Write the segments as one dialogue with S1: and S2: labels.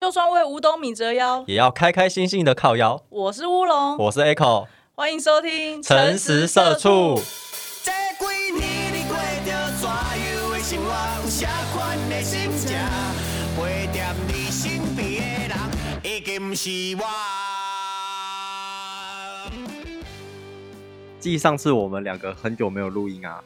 S1: 又双为五斗米折腰。
S2: 也要开开心心的靠腰。
S1: 我是乌龙，
S2: 我是 Echo，
S1: 欢迎收听《
S2: 诚实社畜。
S3: 这几年你过着怎样的生活？有啥款的心情？陪在你身边的人，已经不是我。
S2: 继上次我们两个很久没有录音啊，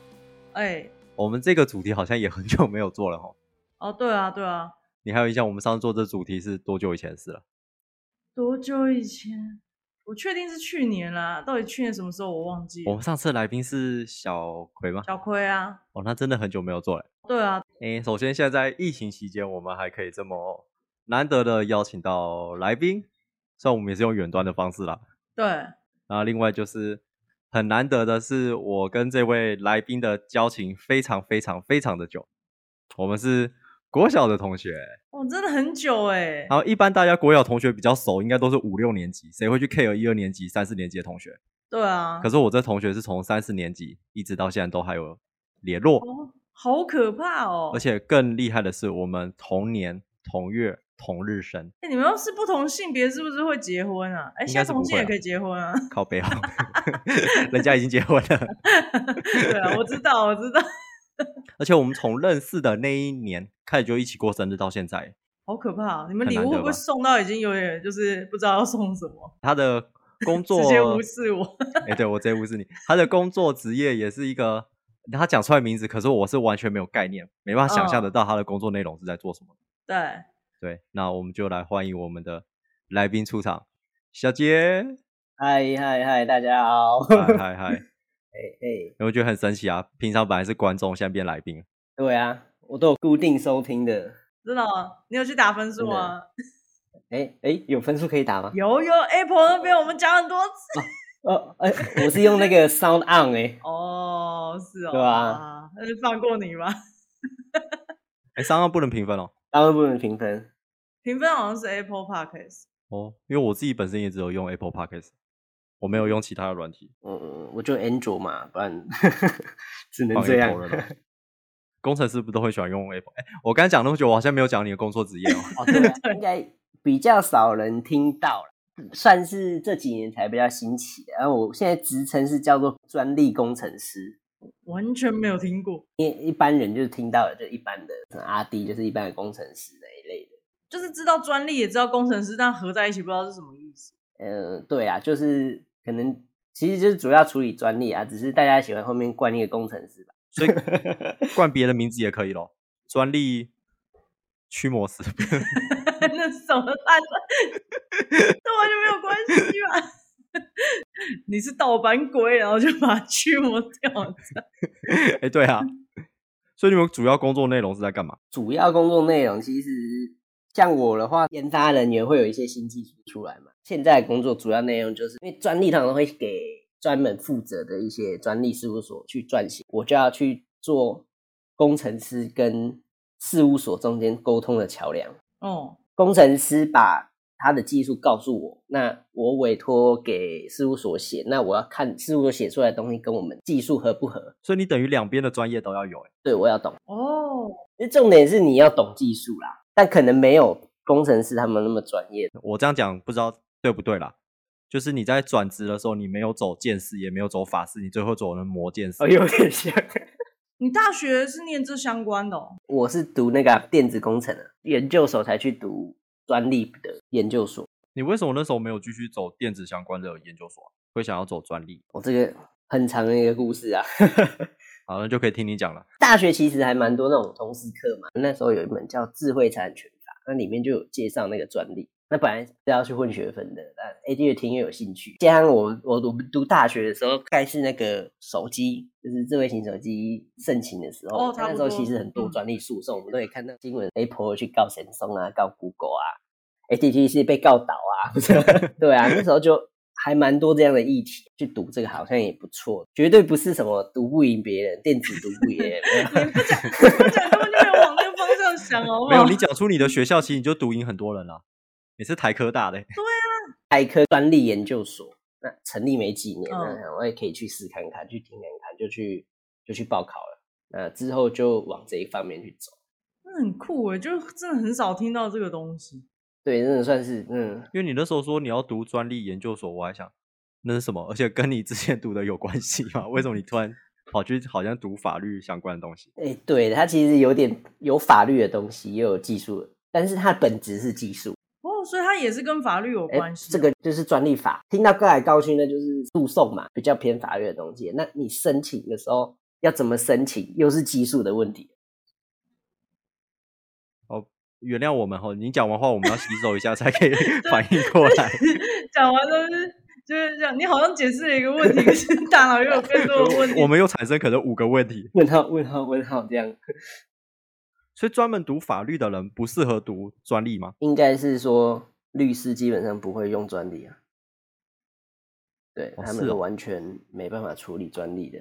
S1: 哎、
S2: 我们这个主题好像也很久没有做了哦。
S1: 哦，对啊，对啊，
S2: 你还有印象我们上次做这主题是多久以前的事了？
S1: 多久以前？我确定是去年啦，到底去年什么时候我忘记
S2: 我
S1: 了。
S2: 们上次的来宾是小葵吗？
S1: 小亏啊，
S2: 哦，那真的很久没有做了。
S1: 对啊，
S2: 诶，首先现在在疫情期间，我们还可以这么难得的邀请到来宾，虽然我们也是用远端的方式啦。
S1: 对，
S2: 然后另外就是很难得的是，我跟这位来宾的交情非常非常非常的久，我们是国小的同学。
S1: 哦，真的很久哎、
S2: 然后一般大家国小同学比较熟，应该都是五六年级，谁会去 care 一二年级、三四年级的同学？
S1: 对啊，
S2: 可是我这同学是从三四年级一直到现在都还有联络，
S1: 哦，好可怕哦！
S2: 而，且更厉害的是，我们同年同月同日生。
S1: 哎、你们要是不同性别，是不是会结婚啊？哎、
S2: 应
S1: 现在
S2: 该是
S1: 同
S2: 不
S1: 性
S2: 会
S1: 也
S2: 啊
S1: 可以结婚啊？
S2: 靠背哦， 人家已经结婚了。
S1: 对啊，我知道，我知道，
S2: 而且我们从认识的那一年开始就一起过生日到现在，
S1: 好可怕、啊你们
S2: 很
S1: 礼
S2: 难
S1: 物
S2: 得
S1: 会不会
S2: 吧
S1: 送到已经有点就是不知道要送什么？
S2: 他的工作
S1: 直接无视我。
S2: 哎、对我直接无视你。他的工作职业也是一个，他讲出来名字，可是我是完全没有概念，没办法想象
S1: 嗯
S2: 得到他的工作内容是在做什么。
S1: 对，
S2: 对，那我们就来欢迎我们的来宾出场，小 杰。
S4: 嗨嗨嗨，大家好！
S2: 嗨嗨嗨！
S4: 哎哎，
S2: 我觉得很神奇啊，平常本来是观众，现在变来宾。
S4: 对啊，我都有固定收听的。
S1: 真的哦，你有去打分数
S4: 真的
S1: 吗？
S4: 哎哎，有分数可以打吗？
S1: 有有，Apple 那边我们讲很多次。
S4: 哦，哎，我是用那个 Sound On 哎，
S1: 哦，是哦，
S4: 对啊
S1: 啊，那就放过你吧。
S2: 哎，三二不能评分哦。
S4: 当然不能评分。
S1: 评分好像是 Apple Podcast，
S2: 哦，因为我自己本身也只有用 Apple Podcast，我没有用其他的软体。
S4: 嗯嗯，我就 Android 嘛，不然 只能
S2: 放
S4: 这
S2: Apple
S4: 样。
S2: 了咯。工程师不都会喜欢用 Apple？哎，我刚才讲那么久，我好像没有讲你的工作职业哦。
S4: 哦，对啊，应该比较少人听到了，算是这几年才比较兴起的。然后我现在职称是叫做专利工程师，
S1: 完全没有听过。
S4: 因为一般人就是听到的就一般的阿 D，就是一般的工程师那一类的。
S1: 就是知道专利，也知道工程师，但合在一起不知道是什么意思。
S4: 呃，对啊，就是可能其实就是主要处理专利啊，只是大家喜欢后面冠一个工程师吧。
S2: 所以冠别的名字也可以咯，专利驱魔师，
S1: 那是什么烂的？那完全没有关系吧？ 你是盗版鬼，然后就把它驱魔掉。
S2: 哎、对啊。所以你们主要工作内容是在干嘛？
S4: 主要工作内容其实像我的话，研发人员会有一些新技术出来嘛。现在的工作主要内容就是因为专利通常会给专门负责的一些专利事务所去撰写，我就要去做工程师跟事务所中间沟通的桥梁。
S1: 哦，
S4: 工程师把他的技术告诉我，那我委托给事务所写，那我要看事务所写出来的东西跟我们技术合不合，
S2: 所以你等于两边的专业都要有、哎，
S4: 对我要懂。
S1: 哦，
S4: 其实重点是你要懂技术啦，但可能没有工程师他们那么专业。
S2: 我这样讲不知道对不对啦？就是你在转职的时候，你没有走剑士，也没有走法师，你最后走了魔剑士。
S4: 哦，有点像。
S1: 你大学是念这相关的、哦？
S4: 我是读那个啊、电子工程的、研究所才去读专利的研究所。
S2: 你为什么那时候没有继续走电子相关的研究所啊、会想要走专利？
S4: 我、这个很长的一个故事啊。
S2: 好，那就可以听你讲了。
S4: 大学其实还蛮多那种通识课嘛，那时候有一门叫《智慧财产权法》，那里面就有介绍那个专利。那本来是要去混学分的，但 AD 越听越有兴趣。加上我我我们读大学的时候，大概是那个手机，就是智慧型手机盛行的时候，
S1: 哦差
S4: 那
S1: 不
S4: 时候
S1: 多
S4: 其实很多
S1: 嗯
S4: 专利诉讼，我们都可以看到新闻，Apple 去告 Samsung 啊，告 Google 啊，AT&T 是被告倒啊， 对啊，那时候就还蛮多这样的议题，去读这个好像也不错，绝对不是什么读不赢别人，电子读不赢别人。
S1: 你不讲，不讲根本就没有往这个方向想，好不好？
S2: 没有，你讲出你的学校，其实你就读赢很多人啦。你是台科大的、哎
S4: 台科专利研究所，那成立没几年
S1: 嗯
S4: 呢，我也可以去试看看，去听看看，就去就去报考了。那之后就往这一方面去走。
S1: 欸那很酷诶，就真的很少听到这个东西。
S4: 对，真的算是嗯，
S2: 因为你那时候说你要读专利研究所，我还想那是什么，而且跟你之前读的有关系吗？为什么你突然跑去好像读法律相关的东西？
S4: 哎、对，它其实有点有法律的东西，也有技术的，但是它本质是技术。
S1: 哦，所以它也是跟法律有
S4: 哎、
S1: 关系、啊
S4: 这个就是专利法，听到告来告去，那就是诉讼嘛，比较偏法律的东西。那你申请的时候要怎么申请，又是技术的问题。
S2: 原谅我们哈，你讲完话我们要洗手一下才可以 反应过来。
S1: 讲完都是就是这样，你好像解释了一个问题，可是大脑又有更多的问题。
S2: 我们又产生可能五个问题，
S4: 问号问号问号这样，
S2: 所以专门读法律的人不适合读专利吗？
S4: 应该是说律师基本上不会用专利啊，对、
S2: 哦
S4: 他
S2: 是
S4: 们是
S2: 哦
S4: 完全没办法处理专利的。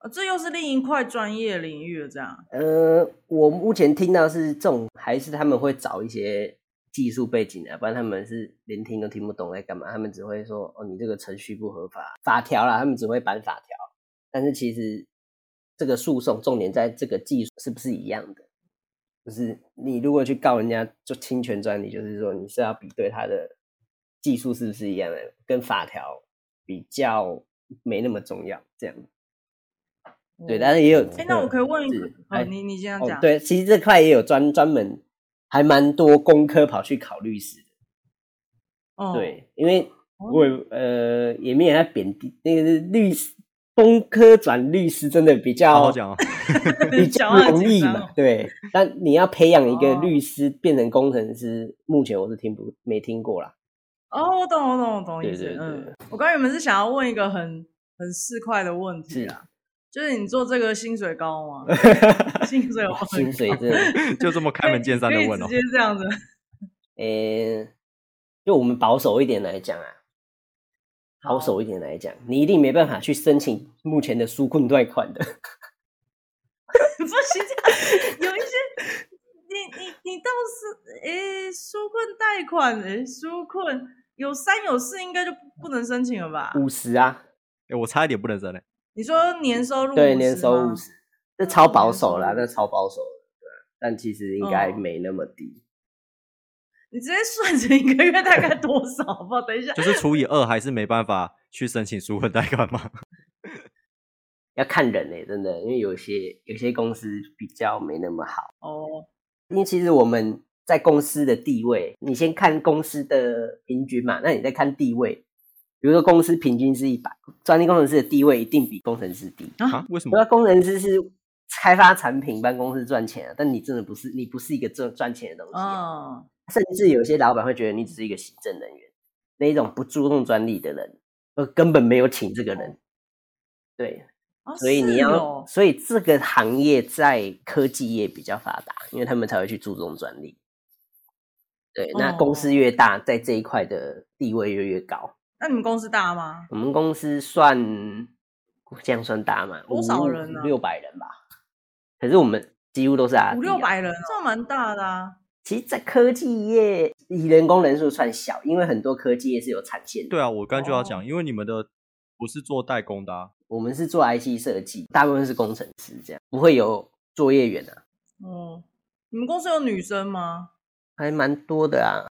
S1: 哦这又是另一块专业领域了，这样。
S4: 呃，我目前听到是这种，还是他们会找一些技术背景啊，不然他们是连听都听不懂在干嘛，他们只会说哦，你这个程序不合法，法条啦，他们只会搬法条，但是其实这个诉讼重点在这个技术是不是一样的，就是你如果去告人家就侵权专利，就是说你是要比对他的技术是不是一样的，跟法条比较没那么重要，这样对，但
S1: 哎、
S4: 是也有
S1: 那我可以问一
S4: 是
S1: 个，
S4: 哎
S1: 哦、你你先
S4: 哦
S1: 讲、，
S4: 对，其实这块也有专专门，还蛮多工科跑去考律师的。
S1: 哦，
S4: 对，因为
S1: 哦
S4: 我也呃也没有在贬低，那个是律师，工科转律师真的比较
S2: 好好讲哦。
S4: 比
S1: 讲
S4: 较
S1: 话很
S4: 容易
S1: 紧张
S4: 嘛
S1: 哦。
S4: 对，但你要培养一个
S1: 哦
S4: 律师变成工程师，目前我是听不没听过啦。
S1: 哦，我懂，我懂，我懂意
S4: 对
S1: 思。
S4: 对对
S1: 嗯，我刚原本是想要问一个很很市侩的问题
S4: 是
S1: 啦，就是你做这个薪水高 吗？薪水有
S4: 哇薪水真的，
S2: 就这么开 门见山的问
S1: 可以
S2: 哦
S1: 直。接这样子。
S4: 呃，就我们保守一点来讲啊。保守一点来讲，你一定没办法去申请目前的纾困贷款的。
S1: 不行，这样有一些，你你你倒是，诶、纾困贷款，诶、纾困有三有四，应该就不能申请了吧？
S4: 五十啊，
S2: 哎，我差一点不能生嘞。
S1: 你说年收入
S4: 对，
S1: 50
S4: 年收
S1: 吗
S4: 五十，这超保
S1: 年收
S4: 守啦，
S1: 入
S4: 这超保守的，对啊。但其实应该
S1: 哦
S4: 没那么低，
S1: 你直接算成一个月大概多少 吧？等一下，
S2: 就是除以二还是没办法去申请纾困贷款吗？
S4: 要看人嘞、真的，因为有些有些公司比较没那么好。
S1: 哦，
S4: 因为其实我们在公司的地位，你先看公司的平均嘛，那你再看地位。比如说公司平均是一百，专利工程师的地位一定比工程师低。
S2: 啊？为什
S4: 那
S2: 么？
S4: 工程师是开发产品帮公司赚钱啊，但你真的不是，你不是一个赚赚钱的东西啊、
S1: 嗯，
S4: 甚至有些老板会觉得你只是一个行政人员，那一种不注重专利的人，呃，根本没有请这个人。对，
S1: 哦
S4: 所以你
S1: 是
S4: 要，
S1: 哦
S4: 所以这个行业在科技业比较发达，因为他们才会去注重专利。对，那公司
S1: 哦
S4: 越大，在这一块的地位越越高。
S1: 那你们公司大吗？
S4: 我们公司算这样算大吗？
S1: 多少人啊
S4: 六百人吧。可是我们几乎都是啊，
S1: 五六百人，这蛮大的啊。
S4: 其实，在科技业以人工人数算小，因为很多科技业是有产线的。
S2: 对啊，我刚就要
S1: 哦
S2: 讲，因为你们的不是做代工的啊，
S4: 我们是做 IC 设计，大部分是工程师这样，不会有作业员啊，
S1: 哦，你们公司有女生吗？
S4: 还蛮多的啊。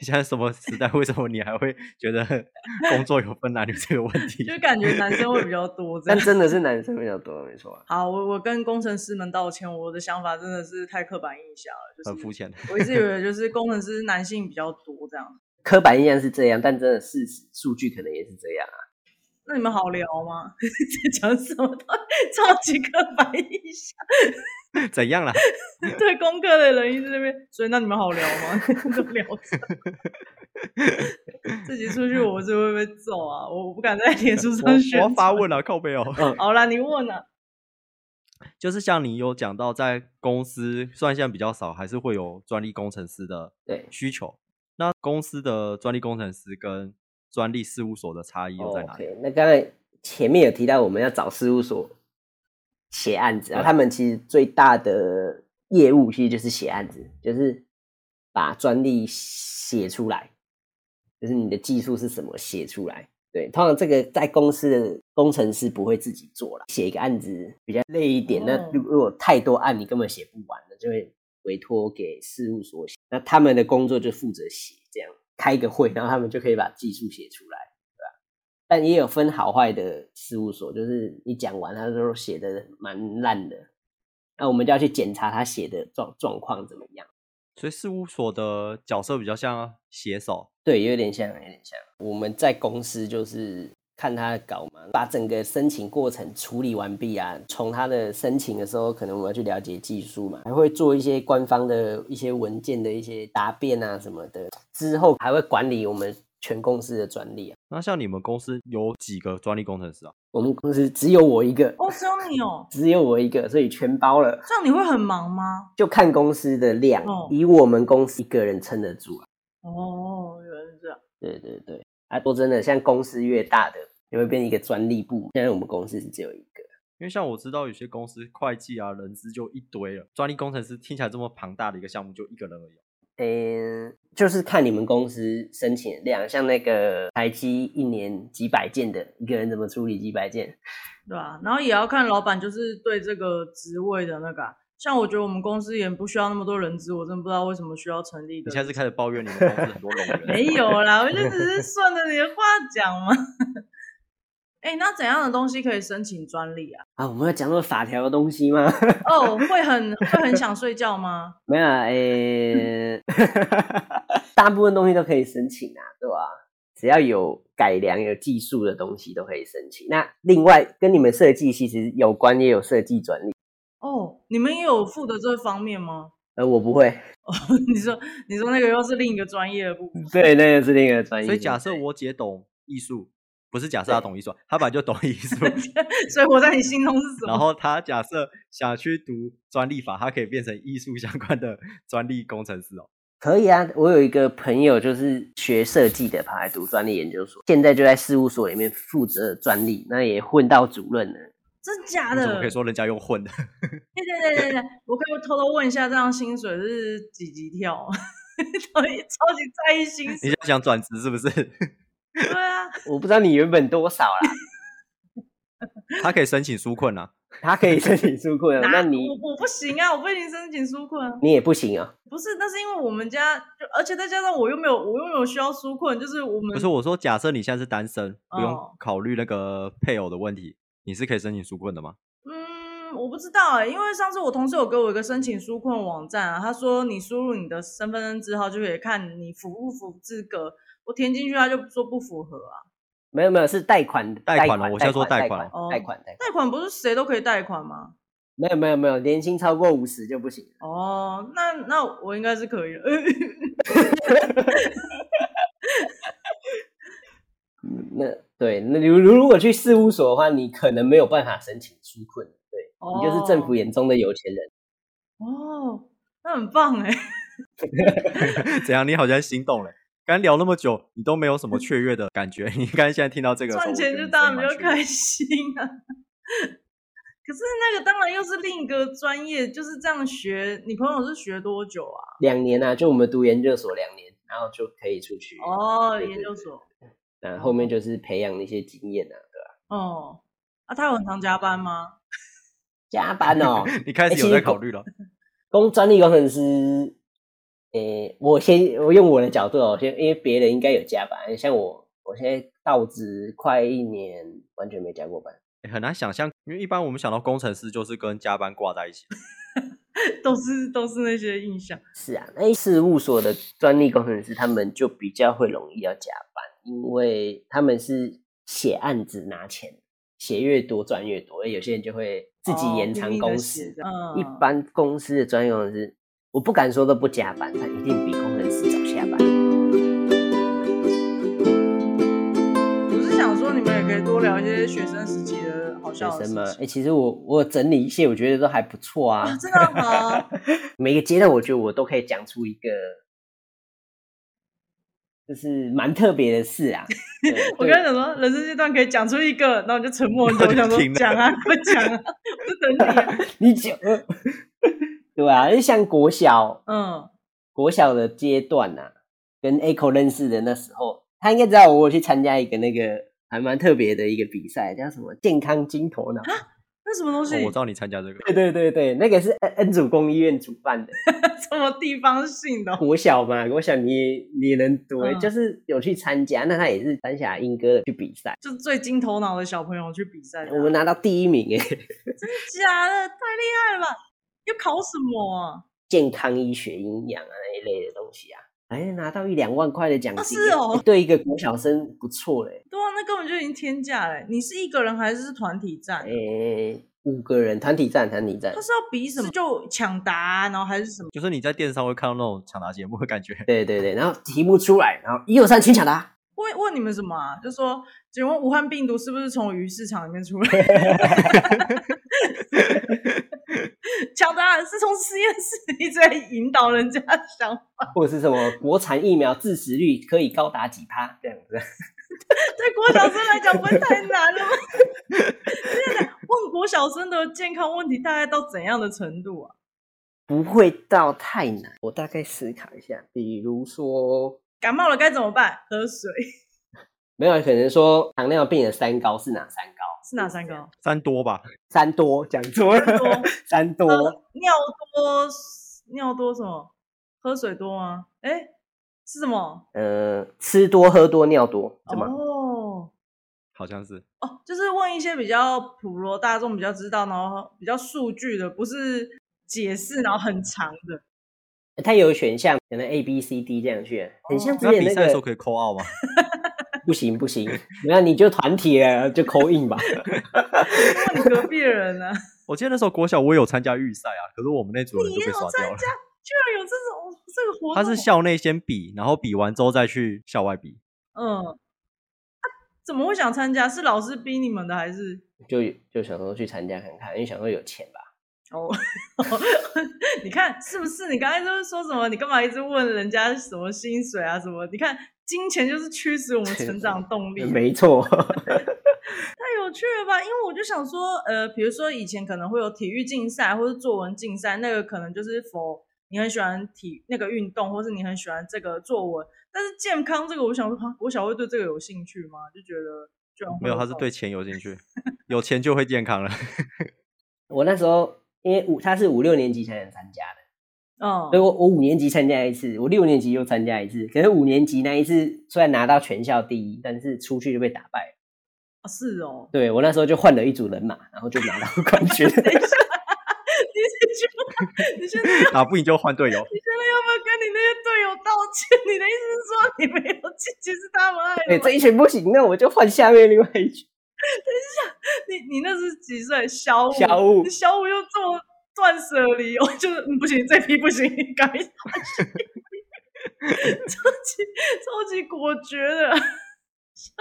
S2: 现在什么时代？为什么你还会觉得工作有分男女这个问题？
S1: 就 感觉男生会比较多，这
S4: 但
S1: 样。
S4: 真的是男生比较多，没错啊。
S1: 好，我我跟工程师们道歉，我的想法真的是太刻板印象了，就是
S2: 很肤浅。
S1: 我一直以 为就是工程师男性比较多这样。
S4: 刻板印象是这样，但真的事实数据可能也是这样啊。
S1: 那你们好聊吗？ 在讲什么 都超级刻板印象，
S2: 怎样啦？
S1: 对工科的人一直在那边，所以那你们好聊吗？ 都聊着。自己出去我是会被揍啊！我不敢在脸书
S2: 我
S1: 上
S2: 我
S1: 宣
S2: 要发
S1: 传。
S2: 问了，靠背 哦。
S1: 好啦，你问啊。
S2: 就是像你有讲到，在公司虽然现在比较少，还是会有专利工程师的
S4: 对，
S2: 需求。那公司的专利工程师跟专利事务所的差异又在哪里？
S4: 哦 OK，那刚才前面有提到我们要找事务所写案子，然后他们其实最大的业务其实就是写案子，就是把专利写出来，就是你的技术是什么写出来。对，通常这个在公司的工程师不会自己做了，写一个案子比较累一点。那
S1: 哦
S4: 如果有太多案，你根本写不完了，就会委托给事务所写，那他们的工作就负责写，这样开一个会，然后他们就可以把技术写出来，对吧？但也有分好坏的事务所，就是你讲完，他说写的蛮烂的，那我们就要去检查他写的状状况怎么样。
S2: 所以事务所的角色比较像写手，
S4: 对，有点像，有点像。我们在公司就是看他的稿嘛，把整个申请过程处理完毕啊。从他的申请的时候，可能我们要去了解技术嘛，还会做一些官方的一些文件的一些答辩啊什么的。之后还会管理我们全公司的专利啊。
S2: 那像你们公司有几个专利工程师啊？
S4: 我们公司只有我一个，
S1: 哦，只有你哦，
S4: 只有我一个，所以全包了。
S1: 这样你会很忙吗？
S4: 就看公司的量
S1: 哦，
S4: 以我们公司一个人撑得住啊。
S1: 哦，原来是这样。
S4: 对对对，啊，说真的，像公司越大的，也会变一个专利部。现在我们公司是只有一个，
S2: 因为像我知道有些公司会计啊、人资就一堆了，专利工程师听起来这么庞大的一个项目，就一个人而已。啊
S4: 嗯，就是看你们公司申请的量，像那个台积一年几百件的，一个人怎么处理几百件？
S1: 对啊，然后也要看老板就是对这个职位的那个啊、像我觉得我们公司也不需要那么多人资，我真不知道为什么需要成立一
S2: 你
S1: 个。
S2: 现在是开始抱怨你们公司很多冗员？
S1: 没有啦， 我就只是顺着你的话讲嘛。哎、那怎样的东西可以申请专利啊？
S4: 啊，我们要讲到法条的东西吗？
S1: 哦，会很会很想睡觉吗？
S4: 没有啊，诶、 大部分东西都可以申请啊，对吧、只要有改良、有技术的东西都可以申请。那另外跟你们设计其实有关，也有设计专利，
S1: 哦，你们也有负责这方面吗？
S4: 呃，我不会，
S1: 你说你说那个又是另一个专业的部分，
S4: 对，那个是另一个专业。
S2: 所以 假设我姐懂艺术，不是假设她懂艺术啊，她本来就懂艺 术。
S1: 所以我在你心中是什
S2: 然
S1: 么？
S2: 后她假设想去读专利法，她可以变成艺术相关的专利工程师哦。
S4: 可以啊，我有一个朋友就是学设计的，跑来读专利研究所，现在就在事务所里面负责专利，那也混到主任了。
S1: 真假
S2: 你怎
S1: 的？
S2: 么可以说人家用混的？
S1: 对对对对对，我可以偷偷问一下，这样薪水是几级跳？ 超级超级在意薪
S2: 你
S1: 水，
S2: 就想转职是不 是？
S1: 对 啊，
S4: 我不知道你原本多少啦，
S2: 她可以申请纾困啊。
S4: 他可以申请纾困哦，
S1: 哪
S4: 那你
S1: 我我不行啊，我不行申请纾困啊，
S4: 你也不行哦。
S1: 不是，那是因为我们家，就而且再加上我又没有，我又没有需要纾困，就是我们
S2: 不是我说，假设你现在是单身，不用
S1: 嗯哦
S2: 考虑那个配偶的问题，你是可以申请纾困的吗？
S1: 嗯，我不知道哎、因为上次我同事有给我一个申请纾困网站啊，他说你输入你的身份证字号就可以看你符不符资格，我填进去他就说不符合啊。
S4: 没有没有，是贷款
S2: 贷款
S4: 款
S2: 哦我现在说
S4: 贷
S2: 贷款
S4: 款
S1: 哦
S4: 贷款贷款，
S1: 贷款不是谁都可以贷款吗？
S4: 没有没有没有，年薪超过五十就不行了。
S1: 哦，那那我应该是可以的。
S4: 嗯那对，那如如果去事务所的话，你可能没有办法申请纾困，对
S1: 哦，
S4: 你就是政府眼中的有钱人。
S1: 哦，那很棒哎、
S2: 怎样？你好像心动了。刚聊那么久，你都没有什
S4: 嗯
S2: 么雀跃的感觉。你刚才现在听到这个的时
S1: 赚
S2: 候，我
S1: 钱
S2: 觉得
S1: 就
S2: 你
S1: 当
S2: 真的
S1: 然比
S2: 蛮
S1: 较
S2: 雀跃
S1: 开心啊。可是那个当然又是另一个专业，就是这样学。你朋友是学多久啊？
S4: 两年啊，就我们读研究所两年，然后就可以出去，
S1: 哦，
S4: 对对
S1: 研究
S4: 对
S1: 所。
S4: 那后面就是培养一些经验啊，对吧？
S1: 哦，啊，他有很常加班吗？
S4: 加班哦，
S2: 你开
S4: 哎
S2: 始有
S4: 其
S2: 在
S4: 实
S2: 考
S4: 狗
S2: 虑了，
S4: 工专利工程师，诶，我先我用我的角度哦，先因为别人应该有加班，像我，我现在到职快一年，完全没加过班。
S2: 哎很难想象，因为一般我们想到工程师就是跟加班挂在一起。
S1: 都是都是那些印象。
S4: 是啊，那事务所的专利工程师他们就比较会容易要加班，因为他们是写案子拿钱，写越多赚越多，有些人就会自己
S1: 哦
S4: 延
S1: 拼
S4: 长
S1: 命地
S4: 工
S1: 写
S4: 时
S1: 这。样嗯，
S4: 一般公司的专业工程师，我不敢说都不加班，他一定比工程师早下班。
S1: 我是想说，你们也可以多聊一些学生时期的好
S4: 学
S1: 笑的
S4: 生嘛，
S1: 事
S4: 哎、
S1: 情。
S4: 其实我我有整理一些，我觉得都还不错啊
S1: 啊，。真的吗？
S4: 每个阶段，我觉得我都可以讲出一个，就是蛮特别的事 啊。对
S1: 我
S4: 对
S1: 刚才想说，人生阶段可以讲出一个，然后我就沉默很久。我想说
S2: 停，了
S1: 讲啊，快讲啊，我在等你啊。
S4: 你讲，呃 对啊，就像国小
S1: 嗯，
S4: 国小的阶段啊，跟 Echo 认识的那时候，他应该知道我有去参加一个那个还蛮特别的一个比赛，叫什么健康金头脑。
S1: 那什么东西？
S2: 哦我知道你参加这个，
S4: 对对对对，那个是恩恩主公医院主办的，
S1: 什么地方性的？
S4: 国小嘛，国小你也你也能读、
S1: 哦
S4: 欸
S1: 嗯
S4: 就是有去参加，那他也是三峡英歌的去比赛，
S1: 就最金头脑的小朋友去比赛的啊，
S4: 我们拿到第一名欸诶，
S1: 假的太厉害了吧！要考什么啊？
S4: 健康医学、营养啊那一类的东西啊，哎，拿到一两万块的奖金、
S1: 啊是哦
S4: 诶对一个国小生不错嘞，
S1: 对啊，那根本就已经天价嘞！你是一个人还是是团体战？
S4: 哎，五个人团体战，团体战
S1: 他，是要比什么？就抢答啊、然后还是什么？
S2: 就是你在电视上会看到那种抢答节目，会感觉
S4: 对对对，然后题目出来，然后一二三群抢答，
S1: 问问你们什么、啊？就说，请问武汉病毒是不是从鱼市场里面出来？ 抢答是从实验室一直在引导人家想 法，
S4: 或者是什么国产疫苗致死率可以高达几趴这样子。
S1: 对国小生来讲不会太难了吗？ 现在问国小生的健康问题大概到怎样的程度啊？
S4: 不会到太难。我大概思考一下，比如说，
S1: 感冒了该怎么办？喝水
S4: 没有啊可能说糖尿病的三高是哪三高？
S1: 是哪三啊高？
S2: 三多吧，
S4: 三多，讲错了，
S1: 多
S4: 三多，
S1: 喝尿多尿多什么？喝水多吗？哎，是什么？
S4: 呃，吃多、喝多、尿多，怎么？
S1: 哦
S2: 好像是
S1: 哦，就是问一些比较普罗大众比较知道，然后比较数据的，不是解释然后很长的。
S4: 它有选项，可能 A、B、C、D 这样去，很像之
S2: 那
S4: 前
S2: 比
S4: 那
S2: 赛的时候
S4: 个。
S2: 可以扣二吗？
S4: 不行不行，那你就团体了，就口音吧。
S1: 问你隔壁的人呢、
S2: 我记得那时候国小我有参加预赛啊，可是我们那组 人
S1: 你
S2: 就
S1: 也
S2: 被
S1: 有
S2: 刷
S1: 参
S2: 掉了。
S1: 加， 居然有这种哦这个活动？
S2: 他是校内先比，然后比完之后再去校外比。
S1: 嗯、啊怎么会想参加？是老师逼你们的还是？
S4: 就就想说去参加看看，因为想说有钱吧。
S1: 哦，你看是不是？你刚才就是说什么？你干嘛一直问人家什么薪水啊？什么？你看，金钱就是驱使我们成长动力啊，
S4: 没错，
S1: 太有趣了吧？因为我就想说，呃，比如说以前可能会有体育竞赛或者作文竞赛，那个可能就是否你很喜欢体那个运动，或是你很喜欢这个作文。但是健康这个，我想说，哈我小会对这个有兴趣吗？就觉得居然会
S2: 没有，他是
S1: 这种
S2: 对钱有兴
S1: 哦
S2: 趣，有钱就会健康了。
S4: 我那时候因为五他是五六年级才能参加的。
S1: 嗯，
S4: 所以我我五年级参加一次，我六年级又参加一次。可是五年级那一次虽然拿到全校第一，但是出去就被打败了。
S1: 啊是哦，
S4: 对我那时候就换了一组人马，然后就拿到冠军。
S1: 你现在你现在
S2: 打啊不赢就换队
S1: 你
S2: 友。
S1: 现在要不要跟你那些队友道歉？你的意思是说你没有进去是他们害
S4: 对、
S1: 的吗？
S4: 这一群不行，那我就换下面另外一群。
S1: 你你那是几岁？小五，
S4: 小五
S1: 你小五又这么断舍离，我就是、嗯、不行，这批不行， 改下去，超级超级果决的，笑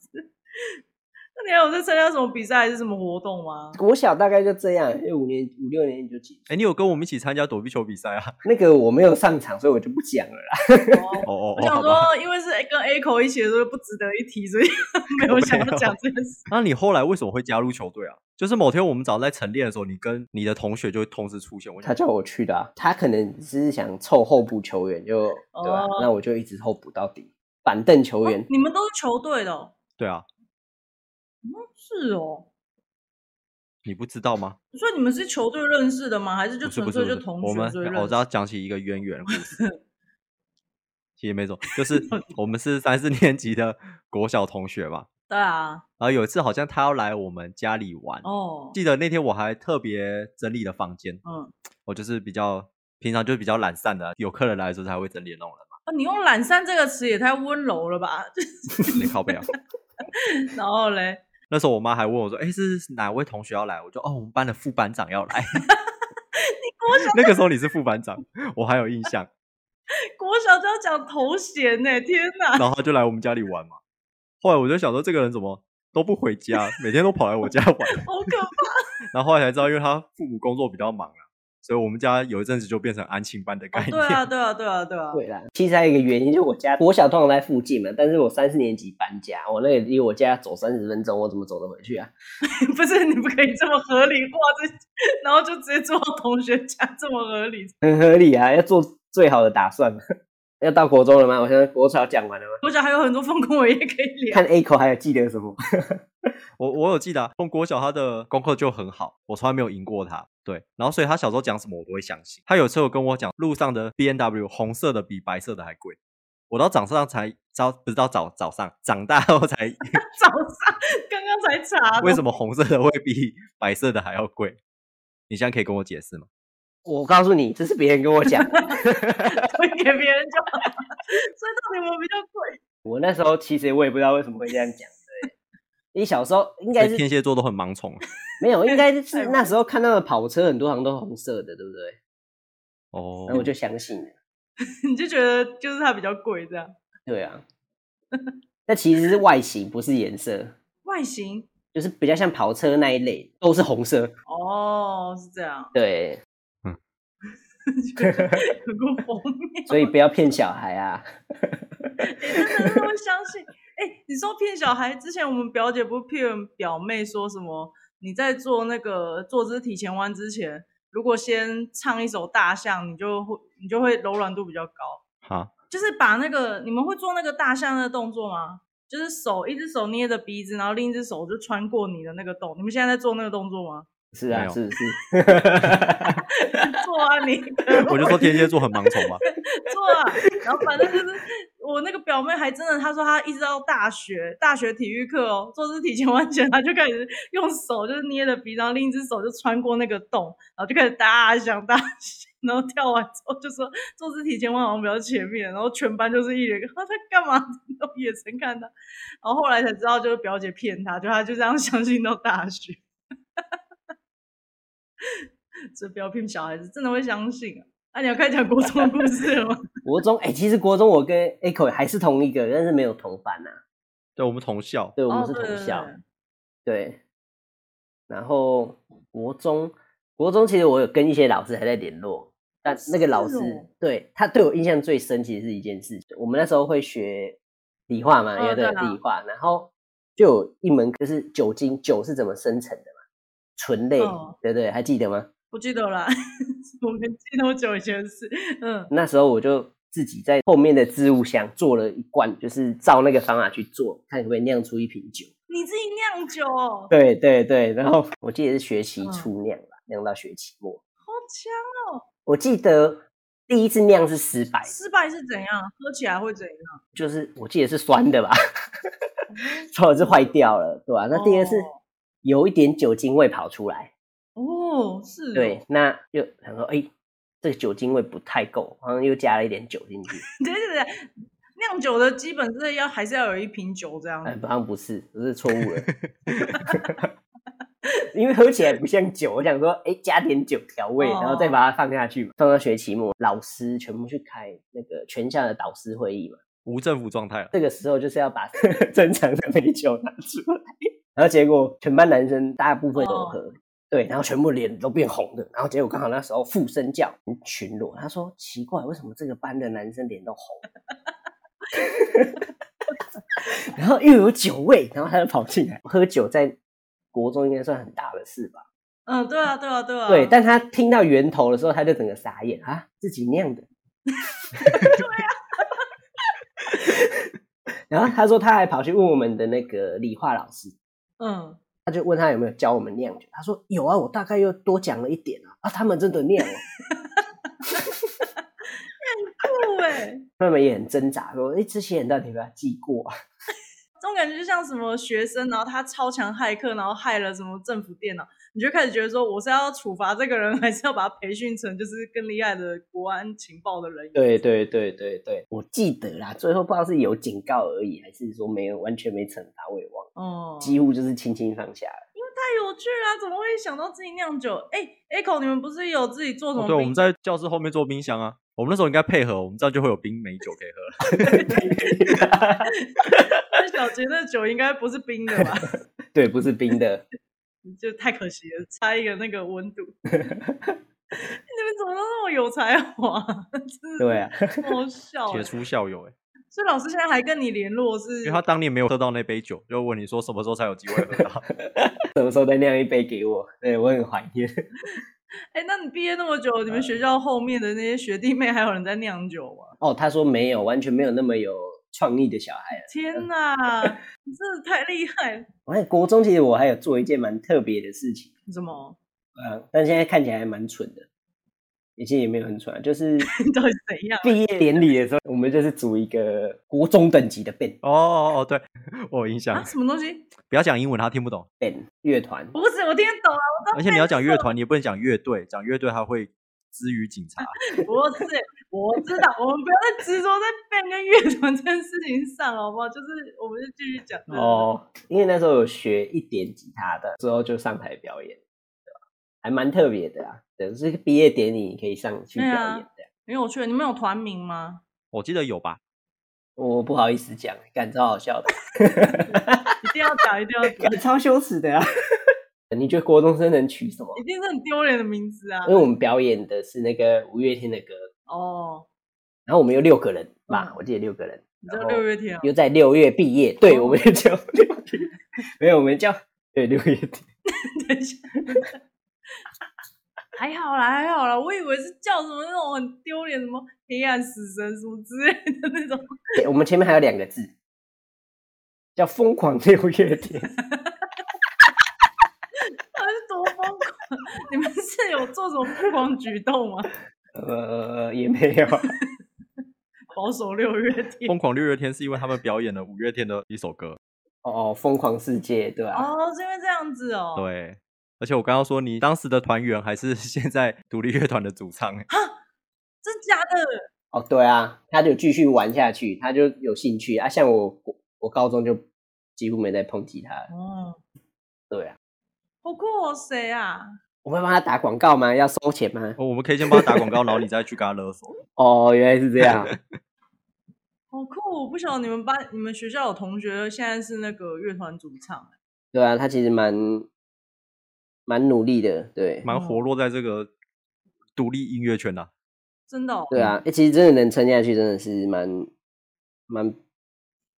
S1: 死！那你还有在参加什么比赛还是什么活动 吗？
S4: 国小大概就这样，因为五年五六年级就结束。
S2: 哎，你有跟我们一起参加躲避球比赛啊？
S4: 那个我没有上场，所以我就不讲了啦。
S1: 哦
S2: 哦哦
S1: 我
S2: 哦，
S1: 想
S2: 好吧。
S1: 说，因为是跟 A 口一起的时候不值得一提，所以 没有想要讲这件事。
S2: 那你后来为什么会加入球队啊？就是某天我们早上在晨练的时候，你跟你的同学就会同时出现。我
S4: 他
S2: 想，
S4: 叫我去的、啊，他可能只是想凑候补球员，就对吧、
S1: 哦
S4: 那我就一直候补到底，板凳球员。
S1: 你们都是球队的、哦，
S2: 对啊，
S1: 是哦。
S2: 你不知道吗？
S1: 所以你们是球队认识的吗？还是就
S2: 不是
S1: 纯
S2: 不
S1: 粹
S2: 是不，
S1: 就是同
S2: 我
S1: 学
S2: 们
S1: 所以认
S2: 我
S1: 识
S2: 知道讲起一个渊源的故事， 其实没错，就是我们是三四年级的国小同学嘛，
S1: 对啊，
S2: 然后有一次好像他要来我们家里玩，
S1: 哦，
S2: 记得那天我还特别整理了房间，
S1: 嗯，
S2: 我就是比较平常就是比较懒散的，有客人来的时候才会整理那种人
S1: 啊，你用“懒散”这个词也太温柔了吧？
S2: 嘛，你靠背啊。
S1: 然后嘞，
S2: 那时候我妈还问我说：“哎，是哪位同学要来？”我就哦，我们班的副班长要 来。 那个时候你是副班长，我还有印象。
S1: 国小就要讲头衔呢、天哪！
S2: 然后他就来我们家里玩嘛。后来我就想说，这个人怎么都不回家，每天都跑来我家
S1: 好
S2: 玩。
S1: 可怕！
S2: 然后后来才知道，因为他父母工作比较忙啊，所以我们家有一阵子就变成安亲班的概念。
S1: 对啊，对啊，对啊，对啊，
S4: 对啦，其实还有一个原因，就是我家我小通常在附近嘛，但是我三四年级搬家，我那里离我家走三十分钟，我怎么走得回去啊？
S1: 不是你不可以这么合理化这，然后就直接做到同学家这么合理。
S4: 很合理啊，要做最好的打算嘛。 要到国中了吗？我现在国潮讲完了吗？
S1: 国小还有很多风跟我也可以聊。
S4: 看 A 口还有记得什么？
S2: 我我有记得、啊，凤国小他的功课就很好，我从来没有赢过他。对，然后所以他小时候讲什么我都会相信。他有时候跟我讲，路上的 B N W 红色的比白色的还贵。我到早上才早，不知道早早上长大后才
S1: 早上刚刚才查的，
S2: 为什么红色的会比白色的还要贵？你现在可以跟我解释吗？
S4: 我告诉你，这是别人跟我讲的。
S1: 推给别人就好了？ 所以到底我比较贵？
S4: 我那时候其实我也不知道为什么会这样讲。对，你小时候应
S2: 所
S4: 该
S2: 以
S4: 是
S2: 天蝎座都很盲 从
S4: 没有，应该是
S1: 太
S4: 那时候看到的跑车很多好像都红色的，对不对？
S2: 哦
S4: 然。后我就相信了。
S1: 你就觉得就是它比较贵这样？
S4: 对啊，那其实是外形，不是颜色，
S1: 外形
S4: 就是比较像跑车那一类，都是红色。
S1: 哦，是这样，
S4: 对，
S2: 嗯
S1: 觉得有够疯谬。
S4: 所以不要骗小孩啊。
S1: 真的那么 相信？哎、你说骗小孩之前，我们表姐不是骗表妹说什么？你在做那个坐姿体前弯之前，如果先唱一首《大象》，你就会你就会柔软度比较高。
S2: 哈，
S1: 就是把那个你们会做那个大象的动作吗？就是手一只手捏着鼻子，然后另一只手就穿过你的那个洞。你们现在在做那个动作吗？
S4: 是
S2: 没
S4: 啊，
S2: 有
S4: 是是。
S1: 做啊你，
S2: 我就说天蝎座很盲从嘛。
S1: 做啊。然后反正就是呃我那个表妹还真的，她说她一直到大学大学体育课哦，做肢体前弯前，她就开始用手就是捏着鼻子，然后另一只手就穿过那个洞，然后就开始大响大响，然后跳完之后就说做肢体前弯好像比较前面，然后全班就是一脸她在干嘛，都眼神看她，然后后来才知道就是表姐骗她，就她就这样相信到大学。 所以不要骗小孩子，真的会相信啊！啊，你要开始讲国中的故事了吗？
S4: 国中，哎、其实国中我跟 Echo 还是同一个，但是没有同班啊。
S2: 对，我们同校，
S4: 对，我
S1: 哦
S4: 们是同
S1: 对对
S4: 校。
S1: 对
S4: 对。然后国中，国中其实我有跟一些老师还在联络，但那个老师、
S1: 哦是哦
S4: 对他对我印象最深，其实是一件事情。我们那时候会学理化嘛，
S1: 哦
S4: 因为都有
S1: 对啊
S4: 理化，然后就有一门课是酒精，酒是怎么生成的嘛，醇类，
S1: 哦
S4: 对不对？还记得吗？
S1: 不记得了啦， 我们记多久以前的事？嗯，
S4: 那时候我就自己在后面的置物箱做了一罐，就是照那个方法去做，看可不可以酿出一瓶酒。
S1: 你自己酿酒哦，
S4: 对对对，然后我记得是学期
S1: 嗯
S4: 初酿吧，酿到学期末。
S1: 好强！
S4: 我记得第一次酿是失败的，
S1: 失败是怎样？喝起来会怎样？
S4: 就是我记得是酸的吧，所以是坏掉了，对吧、啊那第二次
S1: 哦
S4: 有一点酒精味跑出来，
S1: 哦，是哦
S4: 对，，那就想说，哎，这个酒精味不太够，好像又加了一点酒进去，
S1: 对对对，酿酒的基本是要还是要有一瓶酒这样
S4: 哎，好像不是，不是错误了， 因为喝起来不像酒，我想说，哎，加点酒调味，然后再
S1: 哦
S4: 把它放下去嘛。放到学期末，老师全部去开那个全校的导师会议嘛。
S2: 无政府状态了。
S4: 这个时候就是要把 正常的美酒拿出来，然后结果全班男生大部分都有喝，对，然后全部脸都变红的，然后结果刚好那时候副身教巡逻，他说奇怪，为什么这个班的男生脸都红？ 然后又有酒味，然后他就跑进来喝酒，在国中应该算很大的事吧。
S1: 嗯，对啊，对啊，对啊，
S4: 对，但他听到源头的时候，他就整个傻眼啊，自己酿的。对呀、 然后他说，他还跑去问我们的那个理化老师，
S1: 嗯，
S4: 他就问他有没有教我们酿酒。他说有啊，我大概又多讲了一点啊。啊，他们真的酿了，
S1: 酷哎，
S4: 他们也很挣扎，说哎，这些人到底有没有记过啊？
S1: 这种感觉就像什么学生，然后他超强骇客，然后害了什么政府电脑，你就开始觉得说，我是要处罚这个人，还是要把他培训成就是更厉害的国安情报的人员？
S4: 对对对对对，我记得啦，最后不知道是有警告而已，还是说没有完全没惩罚，我也忘了，
S1: 哦，
S4: 几乎就是轻轻放下了。
S1: 太有趣啦、怎么会想到自己酿酒？哎、e c h o 你们不是有自己做什么
S2: 哦
S1: 冰？
S2: 对，我们在教室后面做冰箱啊。我们那时候应该配合，我们这样就会有冰美酒可以喝了。
S1: 但小杰那酒应该不是冰的吧？
S4: 对，不是冰的。
S1: 就太可惜了，差一个那个温 度。你们怎么都那么有才华？ 真的
S4: 对啊，
S1: 是好笑欸、
S2: 解除校友、欸，
S1: 所以老师现在还跟你联络是？
S2: 因为他当年没有喝到那杯酒，就问你说什么时候才有机会 喝到。
S4: 什么时候再酿一杯给我？ 对我很怀念。
S1: 哎、那你毕业那么久，
S2: 呃
S1: 你们学校后面的那些学弟妹还有人在酿酒吗？
S4: 哦，他说没有，完全没有那么有创意的小孩了。
S2: 呃
S1: 天哪，你真的太厉害了！
S4: 我看国中其实我还有做一件蛮特别的事情，
S1: 什么？
S4: 嗯，但现在看起来还蛮蠢的，也其实也没有很蠢啊，就是
S1: 你到底是怎样？
S4: 毕业典礼的时候，我们就是组一个国中等级的 band
S2: 哦哦哦，对我有印
S1: 啊，
S2: 象。
S1: 什么东西？
S2: 不要讲英文，他听不懂。
S4: band 乐团，
S1: 不是，我听得懂啊，我知道。
S2: 而且你要讲乐团，你也不能讲乐队，讲乐队他会之于警察。
S1: 不是，我知道，我们不要再执着在 band 跟乐团这件事情上，好不好？就是我们就继续讲。
S4: 哦，因为那时候有学一点吉他的，之后就上台表演，对吧？还蛮特别的啊，对，就是毕业典礼你可以上去
S1: 对
S4: 表演
S1: 啊
S4: 这样。
S1: 很有趣。你们有团名吗？
S2: 我记得有吧？
S4: 我不好意思讲，感超好笑的，
S1: 一定要讲，一定要讲
S4: 感，超羞耻的啊！你觉得国中生能取什么？
S1: 一定是很丢脸的名字啊
S4: 因为！我们表演的是那个五月天的歌，
S1: 哦，
S4: 然后我们有六个人吧，
S1: 嗯
S4: 我记得六个人，
S1: 你
S4: 然
S1: 叫
S4: 后
S1: 六月天 哦，
S4: 又在六月毕业，对，
S1: 哦
S4: 我们就叫六月，没有，我们叫对六月天，
S1: 等一下，还好啦，还好啦，我以为是叫什么那种很丢脸，什么黑暗死神什么之类的那种。
S4: 对我们前面还有两个字，叫疯狂六月天。
S1: 到底是多疯狂！ 你们是有做什么疯狂举动吗？
S4: 呃，也没有，
S1: 保守六月天
S2: 疯狂六月天是因为他们表演了五月天的一首歌。
S4: 哦，疯狂世界，对吧、啊
S1: 哦，是因为这样子 哦。，
S2: 对，而且我刚刚说你当时的团员还是 现在独立乐团的主 唱欸，
S1: 真假的？
S4: 哦，对啊，他就继续玩下去，他就有兴趣啊。像我，我高中就几乎没再碰吉他了，
S1: 哦，
S4: 对啊。
S1: 好酷哦！谁啊？
S4: 我会帮他打广告吗？要收钱吗？
S2: 哦，我们可以先帮他打广告，然后你再去跟他 勒索。
S4: 哦，原来是这 样。
S1: 好酷！我不晓得你们班、你们学校有同学现在是那个乐团主唱，
S4: 对啊，他其实蛮蛮努力的，对
S2: 蛮
S1: 嗯
S2: 活络在这个独立音乐圈的、
S1: 真的、哦。
S4: 对
S2: 嗯
S4: 啊、欸其实真的能撑下去，真的是蛮蛮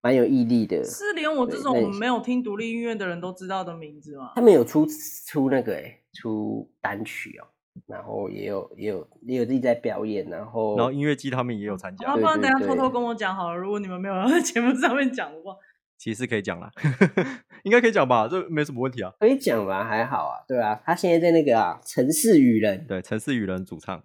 S4: 蛮有毅力的。
S1: 是啊连我这
S4: 对
S1: 种
S4: 那
S1: 没有听独立音乐的人都知道的名字吗
S4: 他？们有出出那个哎、出单曲哦，然后也有也有也有自己在表演，然
S1: 哦
S4: 后
S2: 然后音乐季他们也有参加
S1: 好，不然
S4: 对
S1: 等一下
S4: 对
S1: 偷偷
S4: 对
S1: 跟我讲好了。如果你们没有要在节目上面讲 的话，
S2: 其实可以讲啦， 应该可以讲吧，这没什么问题啊。
S4: 可以讲吧，还好啊，对啊，他现在在那个啊城市雨人，
S2: 对，城市雨人主唱，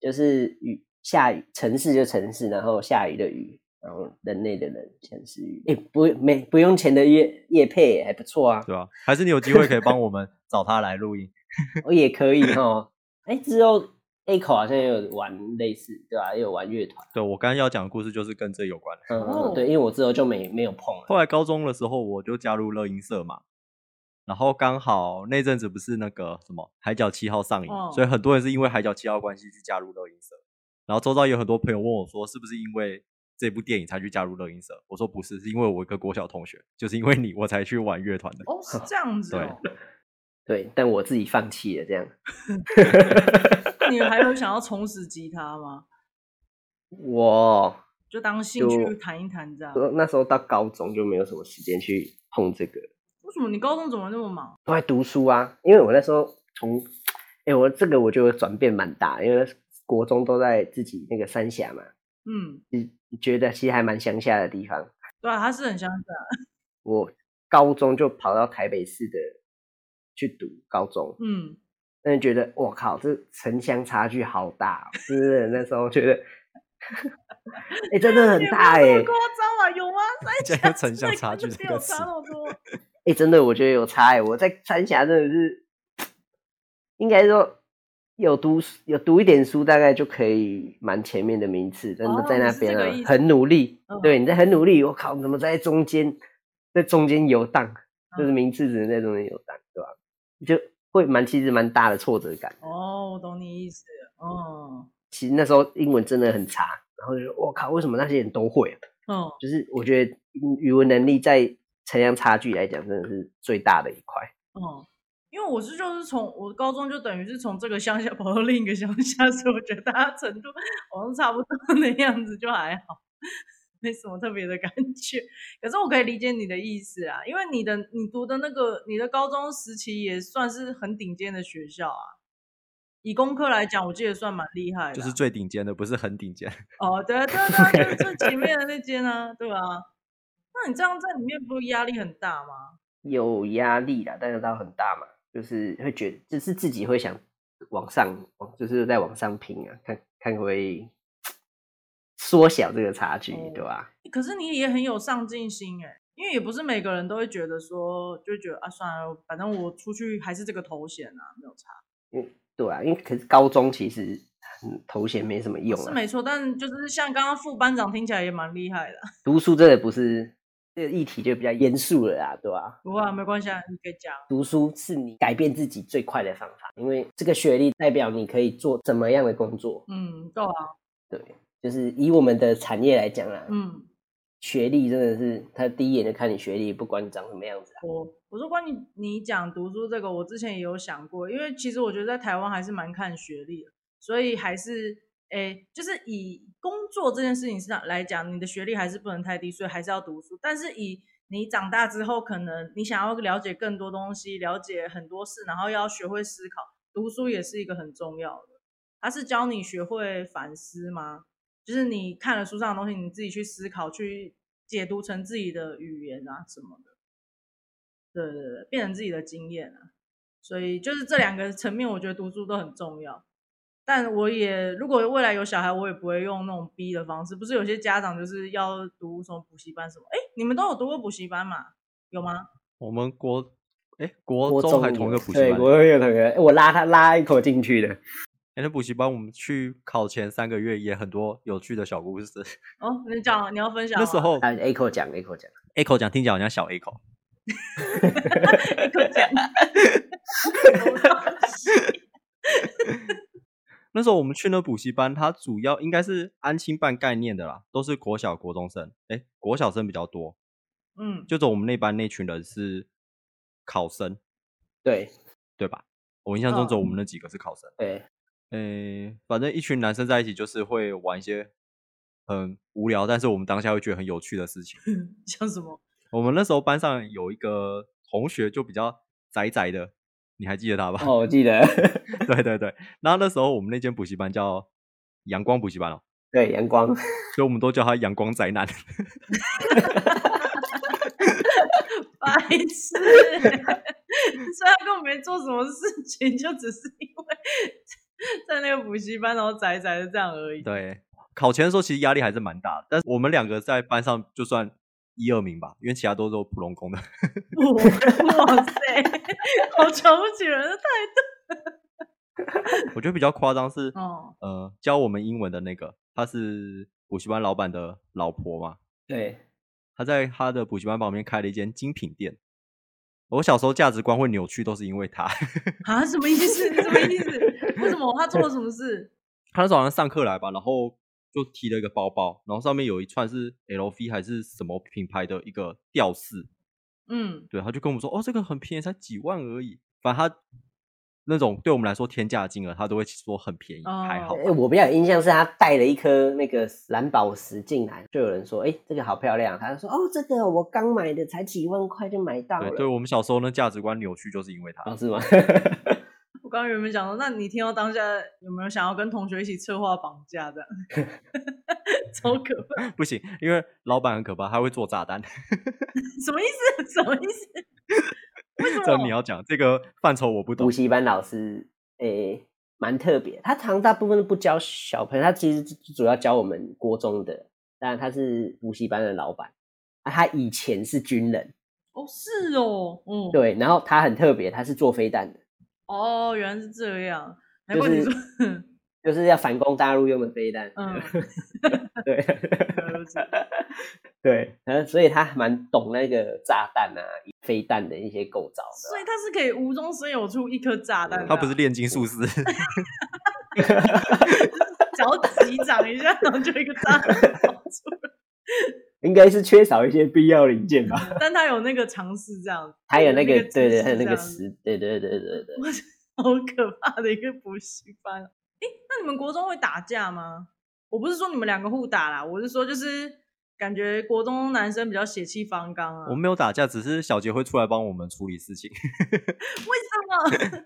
S4: 就是雨下雨，城市就城市，然后下雨的雨，然后人类的人，城市雨，哎、不没不用钱的夜夜配也还不错啊，
S2: 对吧、还是你有机会可以 帮我们找他来录音？
S4: 我也可以哈。哎、之后 A 口好像也有玩类似，对吧、也有玩乐团，
S2: 对我刚刚要讲的故事就是跟这有关。
S4: 嗯，
S1: 哦
S4: 对，因为我之后就没没有碰了。
S2: 后来高中的时候，我就加入乐音社嘛，然后刚好那阵子不是那个什么《海角七号》上映，
S1: 哦
S2: 所以很多人是因为《海角七号》关系去加入乐音社。然后周遭有很多朋友问我说，是不是因为这部电影才去加入乐音社？我说不是，是因为我一个国小同学，就是因为你我才去玩乐团的。
S1: 哦，是这样子哦。
S4: 对，但我自己放弃了这样。
S1: 那你还有想要重拾吉他吗？
S4: 我
S1: 就当兴趣
S4: 就
S1: 弹一弹这样。
S4: 那时候到高中就没有什么时间去碰这个，
S1: 为什么你高中怎么那么忙？
S4: 都在读书啊。因为我那时候从，哎、我这个我觉得转变蛮大，因为国中都在自己那个三峡嘛，
S1: 嗯，
S4: 觉得其实还蛮乡下的地方。
S1: 对啊，他是很乡下，
S4: 我高中就跑到台北市的去读高中，
S1: 嗯，
S4: 但是觉得我靠，这城乡差距好大、哦，真的那时候觉得， 哎、真的很大哎、
S1: 也没有那么夸张啊， 有吗？
S2: 竟
S1: 三峡
S2: 然有城乡差距 这
S1: 没
S2: 个
S1: 有
S2: 词
S1: 差那么多，
S4: 哎、真的，我觉得有差哎、我在三峡真的是，应该说有读书有读一点书，大概就可以蛮前面的名次。真的
S1: 哦
S4: 在
S1: 你
S4: 那
S1: 是这
S4: 边
S1: 个
S4: 啊
S1: 意，思
S4: 很努力。
S1: 嗯
S4: 对，你在很努力，我靠，你怎么在中间，在中间游荡？
S1: 嗯
S4: 就是名次只能在中间游荡，对吧、就会蛮其实蛮大的挫折感。
S1: 哦，我懂你意思了，哦，
S4: 其实那时候英文真的很差，然后就觉得我靠，为什么那些人都会啊、
S1: 嗯，
S4: 就是我觉得语文能力在城乡差距来讲，真的是最大的一块。
S1: 嗯，因为我是就是从我高中就等于是从这个乡下 跑到另一个乡下，所以我觉得大家程度好像差不多那样子，就还好，没什么特别的感觉。可是我可以理解你的意思啊，因为你的你读的那个你的高中时期也算是很顶尖的学校啊，以功课来讲，我记得算蛮厉害的啊。
S2: 就是最顶尖的，不是很顶尖。
S1: 哦，对啊对啊对啊，就是最前面的那间啊，对啊。那你这样在里面不是压力很大吗？
S4: 有压力啦，但是到很大嘛，就是会觉得，就是自己会想往上，往就是在往上拼啊，看看可不可以缩小这个差距，
S1: 哦
S4: 对吧？
S1: 可是你也很有上进心哎、因为也不是每个人都会觉得说，就会觉得啊，算了，反正我出去还是这个头衔啊，没有差。
S4: 对啊，因为可是高中其实嗯头衔没什么用
S1: 哦是
S4: 啊，
S1: 没错，但就是像刚刚副班长听起来也蛮厉害的。
S4: 读书真的不是这个议题就比较严肃了啦，对吧、
S1: 不过、啊、没关系，啊，你可以讲。
S4: 读书是你改变自己最快的方法，因为这个学历代表你可以做怎么样的工作。
S1: 嗯，够啊。
S4: 对，就是以我们的产业来讲啦，
S1: 嗯，
S4: 学历真的是他第一眼就看你学历，不管你长什么样子啊。
S1: 我我说关于你讲读书这个，我之前也有想过，因为其实我觉得在台湾还是蛮看学历的，所以还是诶，就是以工作这件事情上来讲，你的学历还是不能太低，所以还是要读书。但是以你长大之后，可能你想要了解更多东西，了解很多事，然后要学会思考，读书也是一个很重要的。它是教你学会反思吗？就是你看了书上的东西，你自己去思考，去解读成自己的语言啊什么的。对对对，变
S2: 嗯
S1: 成自己的经验啊。所以就是这两个层面，我觉得读书都很重要。但我也如果未来有小孩，我也不会用那种逼的方式。不是有些家长就是要读什么补习班什么？哎，你们都有读过补习班嘛？有吗？
S2: 我们国哎国中还同一个补习
S4: 对，
S2: 班，
S4: 国中有同一个，我拉他拉一口进去的。
S2: 哎那补习班我们去考前三个月也很多有趣的小故事。
S1: 哦，你讲，你要分享吗。
S2: 那时 候
S4: 啊，A 口讲，A 口 讲，
S2: A 口讲听起来好像小 A 口，
S1: 就讲，
S2: 那时候我们去那补习班，它主要应该是安亲办概念的啦，都是国小国中生，哎国小生比较多，
S1: 嗯，
S2: 就走我们那班那群人是考生，
S4: 对
S2: 对吧？我印象中
S1: 嗯
S2: 只有我们那几个是考生。
S4: 对，
S2: 诶，反正一群男生在一起就是会玩一些很无聊，但是我们当下会觉得很有趣的事情。
S1: 像什么？
S2: 我们那时候班上有一个同学就比较宅宅的，你还记得他吧？
S4: 哦，我记得，
S2: 对对对。然后那时候我们那间补习班叫阳光补习班哦，
S4: 对，阳光，
S2: 所以我们都叫他阳光宅男。
S1: 白痴欸、 虽然根本没做什么事情，就只是因为 在那个补习班，然后宅宅的这样而已。
S2: 对，考前的时候其实压力还是蛮大的，但是我们两个在班上就算一二名吧，因为其他都是普通工的。
S1: 不哇塞，好瞧不起人的态
S2: 我觉得比较夸张是，
S1: 度。哦，
S2: 呃，教我们英文的那个，她是补习班老板的老婆嘛，
S4: 对，
S2: 她在她的补习班旁边开了一间精品店。我小时候价值观会扭曲，都是因为她。
S1: 啊，什么意思？什么意思？ 为什么他做了什么事？
S2: 她那时候好像上课来吧，然后就提了一个包包，然后上面有一串是 LV 还是什么品牌的一个吊饰，
S1: 嗯，
S2: 对，她就跟我们说，哦，这个很便宜，才几万而已。反正她那种对我们来说天价的金额，她都会说很便宜，还好
S1: 哦
S2: 吧。
S4: 哎，我比较有印象是他带了一颗那个蓝宝石进来，就有人说，哎，这个好漂亮，他就说，哦，这个我刚买的，才几万块就买到
S2: 对，
S4: 了，
S2: 对我们小时候呢价值观扭曲，就是因为她。
S4: 哦，是吗？
S1: 我刚刚原本想说，那你听到当下有没有想要跟同学一起策划绑架这样？ 超可怕！
S2: 不行，因为老板很可怕，他会做炸弹。
S1: 什么意思？ 什么意思？为什
S2: 这
S1: 么
S2: 你？要讲这个范畴我不懂
S4: 补。习班老师诶、蛮特别，他常大部分都不教小朋友，他其实主主要教我们国中的，当然他是补习班的老板。啊、他以前是军人，
S1: 哦，是哦，嗯，
S4: 对，然后他很特别，他是做飞弹的，
S1: 哦，原来是这样，难
S4: 就
S1: 怪你
S4: 是
S1: 说，
S4: 就是要反攻大陆用的飞弹。
S1: 嗯，
S4: 对
S1: 原来如此
S4: 对，然后所以他蛮懂那个炸弹啊、飞弹的啊一些构造
S1: 所以他是可以无中生有出一颗炸弹的啊，
S2: 他不是炼金术师，
S1: 只要击掌一下，然后就一个炸弹跑出来。
S4: 的，应该是缺少一些必要零件吧。
S1: 但他有那个尝试这样，
S4: 还有那个，对对，
S1: 知识
S4: 还有那
S1: 这
S4: 个
S1: 样子，
S4: 石，对对对对对，
S1: 好可怕的一个补习班。哎，那你们国中会打架吗？我不是说你们两个互打啦，我是说就是感觉国中男生比较血气方刚啊。
S2: 我们没有打架，只是小杰会出来帮我们处理事情。
S1: 为什么？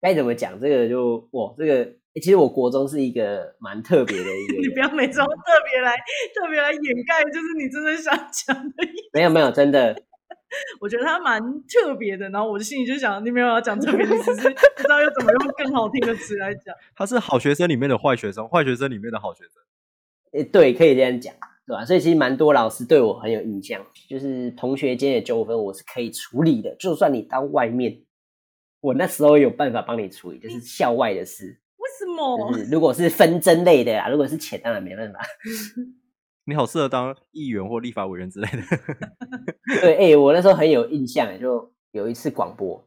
S4: 该怎么讲？这个就哇，这个、欸其实我国中是一个蛮特别的一个 人，
S1: 你不要每次都特别来特别来掩盖，就是你真的想讲的意思。
S4: 没有没有，真的
S1: 我觉得他蛮特别的，然后我心里就想，你没有要讲特别，你只是不知道要怎么用更好听的词来讲。
S2: 他是好学生里面的坏学生，坏学生里面的好学生。
S4: 诶，呃对，可以这样讲，对吧、所以其实蛮多老师对我很有印象，就是同学间的纠纷我是可以处理的，就算你到外面，我那时候有办法帮你处理，就是校外的事，
S1: 为什么？
S4: 就是如果是纷争类的啦，啊如果是钱当然没办法。
S2: 你好适合当议员或立法委员之 类的。
S4: 对，哎、我那时候很有印象，欸就有一次广播，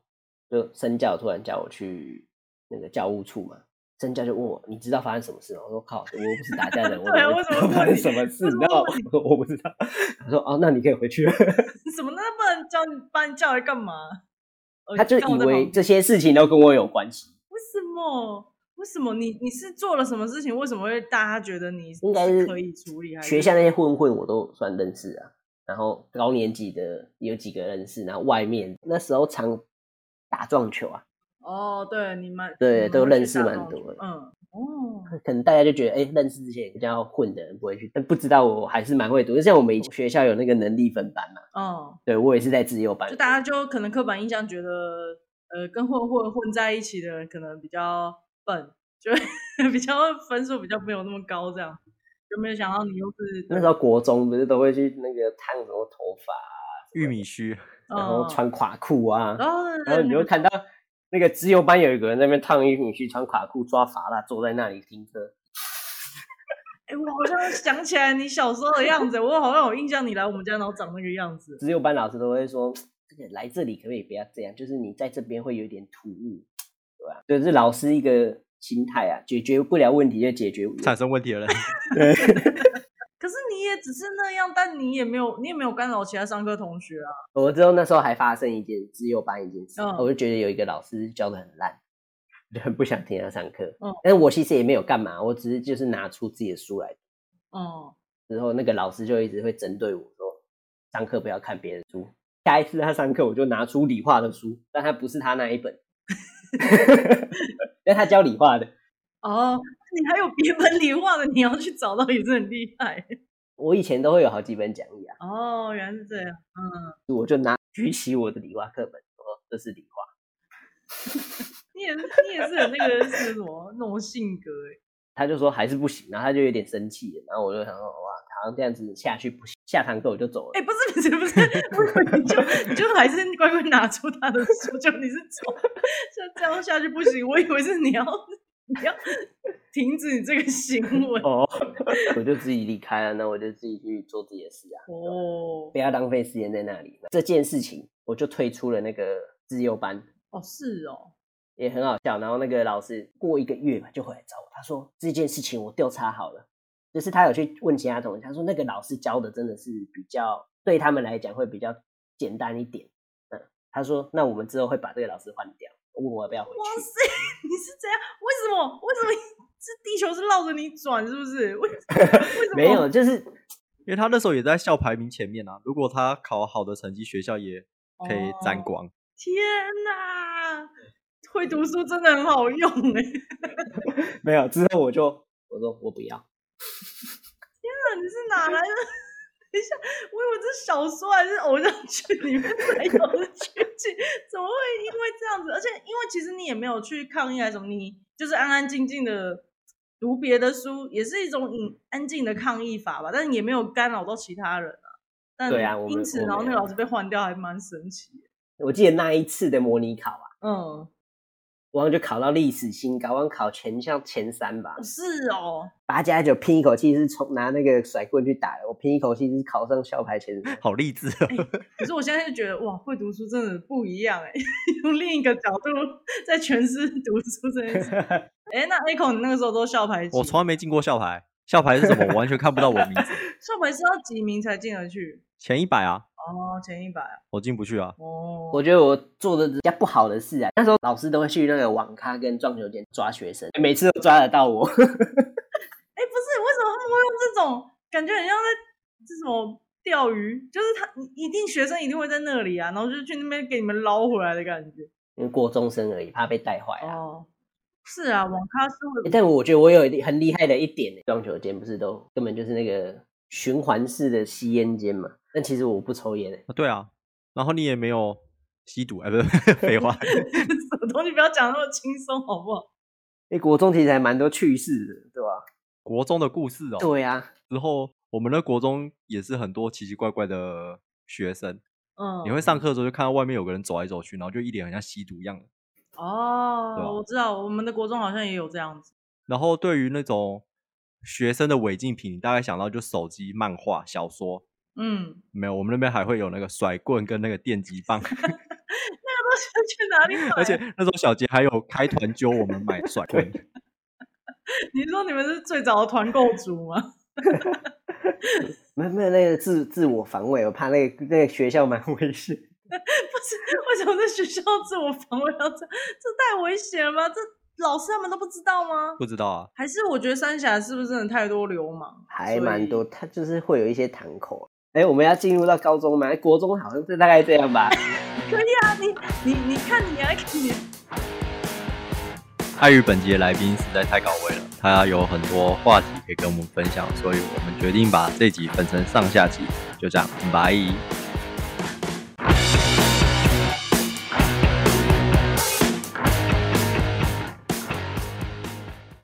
S4: 就身教突然叫我去那个教务处嘛，身教就问我，你知道发生什么事吗？我说靠，我又不是打架 人，我
S1: 对啊
S4: 怎
S1: 为什
S4: 知道
S1: 么
S4: 发
S1: 问
S4: 生
S1: 你
S4: 什么事？
S1: 为什
S4: 你知
S1: 么
S4: 道吗
S1: 问你？
S4: 我说我不知道。他说哦，那你可以回去了。
S1: 你 怎么那不能叫你把你叫来干嘛？呃
S4: 他就
S1: 叫我
S4: 以
S1: 在旁
S4: 为
S1: 边
S4: 这些事情都跟我有关系，
S1: 为什么？为什么你你是做了什么事情？为什么会大家觉得你
S4: 应该
S1: 是
S4: 是
S1: 可以处理？还是
S4: 学校那些混混我都算认识啊。然后高年级的也有几个认识，然后外面那时候常打撞球啊，
S1: 哦，对你们
S4: 对
S1: 你们
S4: 都
S1: 会去
S4: 认识
S1: 打
S4: 蛮
S1: 撞
S4: 多
S1: 球
S4: 的
S1: 嗯，哦，
S4: 可能大家就觉得，哎、认识这些比较混的人不会去，但不知道我还是蛮会读。就像我们以前学校有那个能力分班嘛，
S1: 哦，
S4: 对我也是在自由班
S1: 就，大家就可能刻板印象觉得，呃，跟混混混在一起的人可能比较笨，就 会比较分数比较没有那么高，这样有没有想到你又是
S4: 那时候国中不是都会去那个烫什么头发、
S2: 玉米须，
S4: 啊，然后
S1: 嗯
S4: 穿垮裤啊，
S1: 然后
S4: 然后你就会看到那个自由班有一个人在那边烫衣服，去穿垮裤、抓发蜡，坐在那里听歌。
S1: 哎、我好像想起来你小时候的样子，我好像有印象你来我们家然后长那个样子。
S4: 自由班老师都会说，这个来这里可不可以不要这样？就是你在这边会有点突兀，对吧、对，这是老师一个心态啊，解决不了问题就解决
S2: 产生问题了。
S4: 对。
S1: 可是你也只是那样，但你也没有，你也没有干扰其他上课同学啊。
S4: 我之后那时候还发生一件自由班一件事，
S1: 嗯
S4: 我就觉得有一个老师教的很烂， 我就很不想听他上课。
S1: 嗯
S4: 但是我其实也没有干嘛，我只是就是拿出自己的书来。
S1: 哦、
S4: 之后那个老师就一直会针对我说，上课不要看别人的书。下一次他上课，我就拿出理化的书，但他不是他那一本， 因为他教理化的。
S1: 哦，你还有别本理化的，你要去找到也是很厉害。
S4: 我以前都会有好几本讲义啊，
S1: 哦，原来是这样。嗯，
S4: 我就拿举起我的理化课本，我说这是理化。
S1: 你也是，你也是很那个是什么那种性格欸
S4: 他就说还是不行，然后他就有点生气了，然后我就想说哇，好像这样子下去不行，下堂课我就走了。
S1: 哎、不是不是不是，不是你就你就还是乖乖拿出他的书，就你是走，就这样下去不行。我以为是你要你要停止你这个行为。
S4: 哦， 我就自己离开了，那我就自己去做自己的事啊，
S1: 哦
S4: 不要浪费时间在那里。这件事情我就退出了那个自由班，
S1: 哦是哦，
S4: 也很好笑。然后那个老师过一个月吧就回来找我，他说这件事情我调查好了，就是他有去问其他同学，他说那个老师教的真的是比较对他们来讲会比较简单一点。嗯，他说那我们之后会把这个老师换掉，问我要不要回
S1: 哇
S4: 去。
S1: 塞， 你是这样？为什么？为什么这地 球是绕着你转？是不是？ 为为什么？
S4: 没有，就是
S2: 因为他那时候也在校排名前面啊。如果他考好的成绩，学校也可以沾
S1: 哦
S2: 光。
S1: 天哪，会读书真的很好用哎、
S4: 没有。之后我就我说我不要，
S1: 你是哪来的？ 等一下，我以为这是小说还是偶像剧里面才有的剧情，怎么会因为这样子？而 且因为其实你也没有去抗议还是什么，你就是安安静静的读别的书，也是一种隐安静的抗议法吧，但也没有干扰到其他人啊。但
S4: 对啊我
S1: 因
S4: 们
S1: 此
S4: 我
S1: 然后那
S4: 没
S1: 个
S4: 有
S1: 老师被换掉，还蛮神奇的。
S4: 我记得那一次的模拟考啊，
S1: 嗯，
S4: 我好像就考到历史新高，我好像考全校前三吧，
S1: 是哦，
S4: 八加九拼一口气是从拿那个甩棍去打的，我拼一口气是考上校牌前三。
S2: 好励志
S1: 哎
S2: 哦！
S1: 可是我现在就觉得哇，会读书真的不一样哎、 用另一个角度在诠释读书这 件事。哎、那 Echo，你那个时候都校排几
S2: 我从来没进过校牌，校牌是什么？我完全看不到我的名字。
S1: 校牌是要几名才进得去？
S2: 前一百啊，
S1: 哦，前一百啊
S2: 我进不去啊。
S1: 哦。
S4: 我觉得我做的比较不好的事啊，那时候老师都会去那个网咖跟撞球间抓学生，每次都抓得到我。
S1: 哎、不是，为什么他们会用这种感觉很像在这什么钓鱼？就是他一定学生一定会在那里啊，然后就去那边给你们捞回来的感觉。
S4: 因为国中生而已，怕被带坏啊。
S1: 哦，是啊，网咖是
S4: 欸
S1: 会
S4: 但我觉得我有一点很厉害的一点欸，装酒间不是都根本就是那个循环式的吸烟间嘛？但其实我不抽烟欸，
S2: 啊对啊，然后你也没有吸毒，哎，不是 废话，
S1: 什么东西不要讲那么轻松好不好？
S4: 因为国中其实还蛮多趣事的，对吧、
S2: 国中的故事哦。
S4: 对啊，
S2: 之后我们的国中也是很多奇奇怪怪的学生，
S1: 嗯，
S2: 你会上课的时候就看到外面有个人走来走去，然后就一脸很像吸毒一样的。对吧
S1: 哦，我知道，我们的国中好像也有这样子。
S2: 然后对于那种学生的违禁品，你大概想到就手机、漫画、小说。
S1: 嗯，
S2: 没有，我们那边还会有那个甩棍跟那个电击棒，
S1: 那个东西去哪里买？
S2: 而且那时候小杰还有开团揪我们买甩棍，
S1: 你说你们是最早的团购组吗？
S4: 没有没有那个自自我防卫，我怕那个那个学校蛮 危险。
S1: 不是，为什么在学校自我防卫要这样？这太危险了吧？这老师他们都不知道吗？
S2: 不知道啊，
S1: 还是我觉得三峡是不是真的太多流氓？
S4: 还
S1: 所
S4: 蛮
S1: 以
S4: 多，它就是会有一些堂口。哎，我们要进入到高中吗？国中好像是大概这样吧。
S1: 啊！你你你看你还看你，
S2: 碍于本集的来宾实在太高危了，他有很多话题可以跟我们分享，所以我们决定把这集分成上下集，就这样，拜。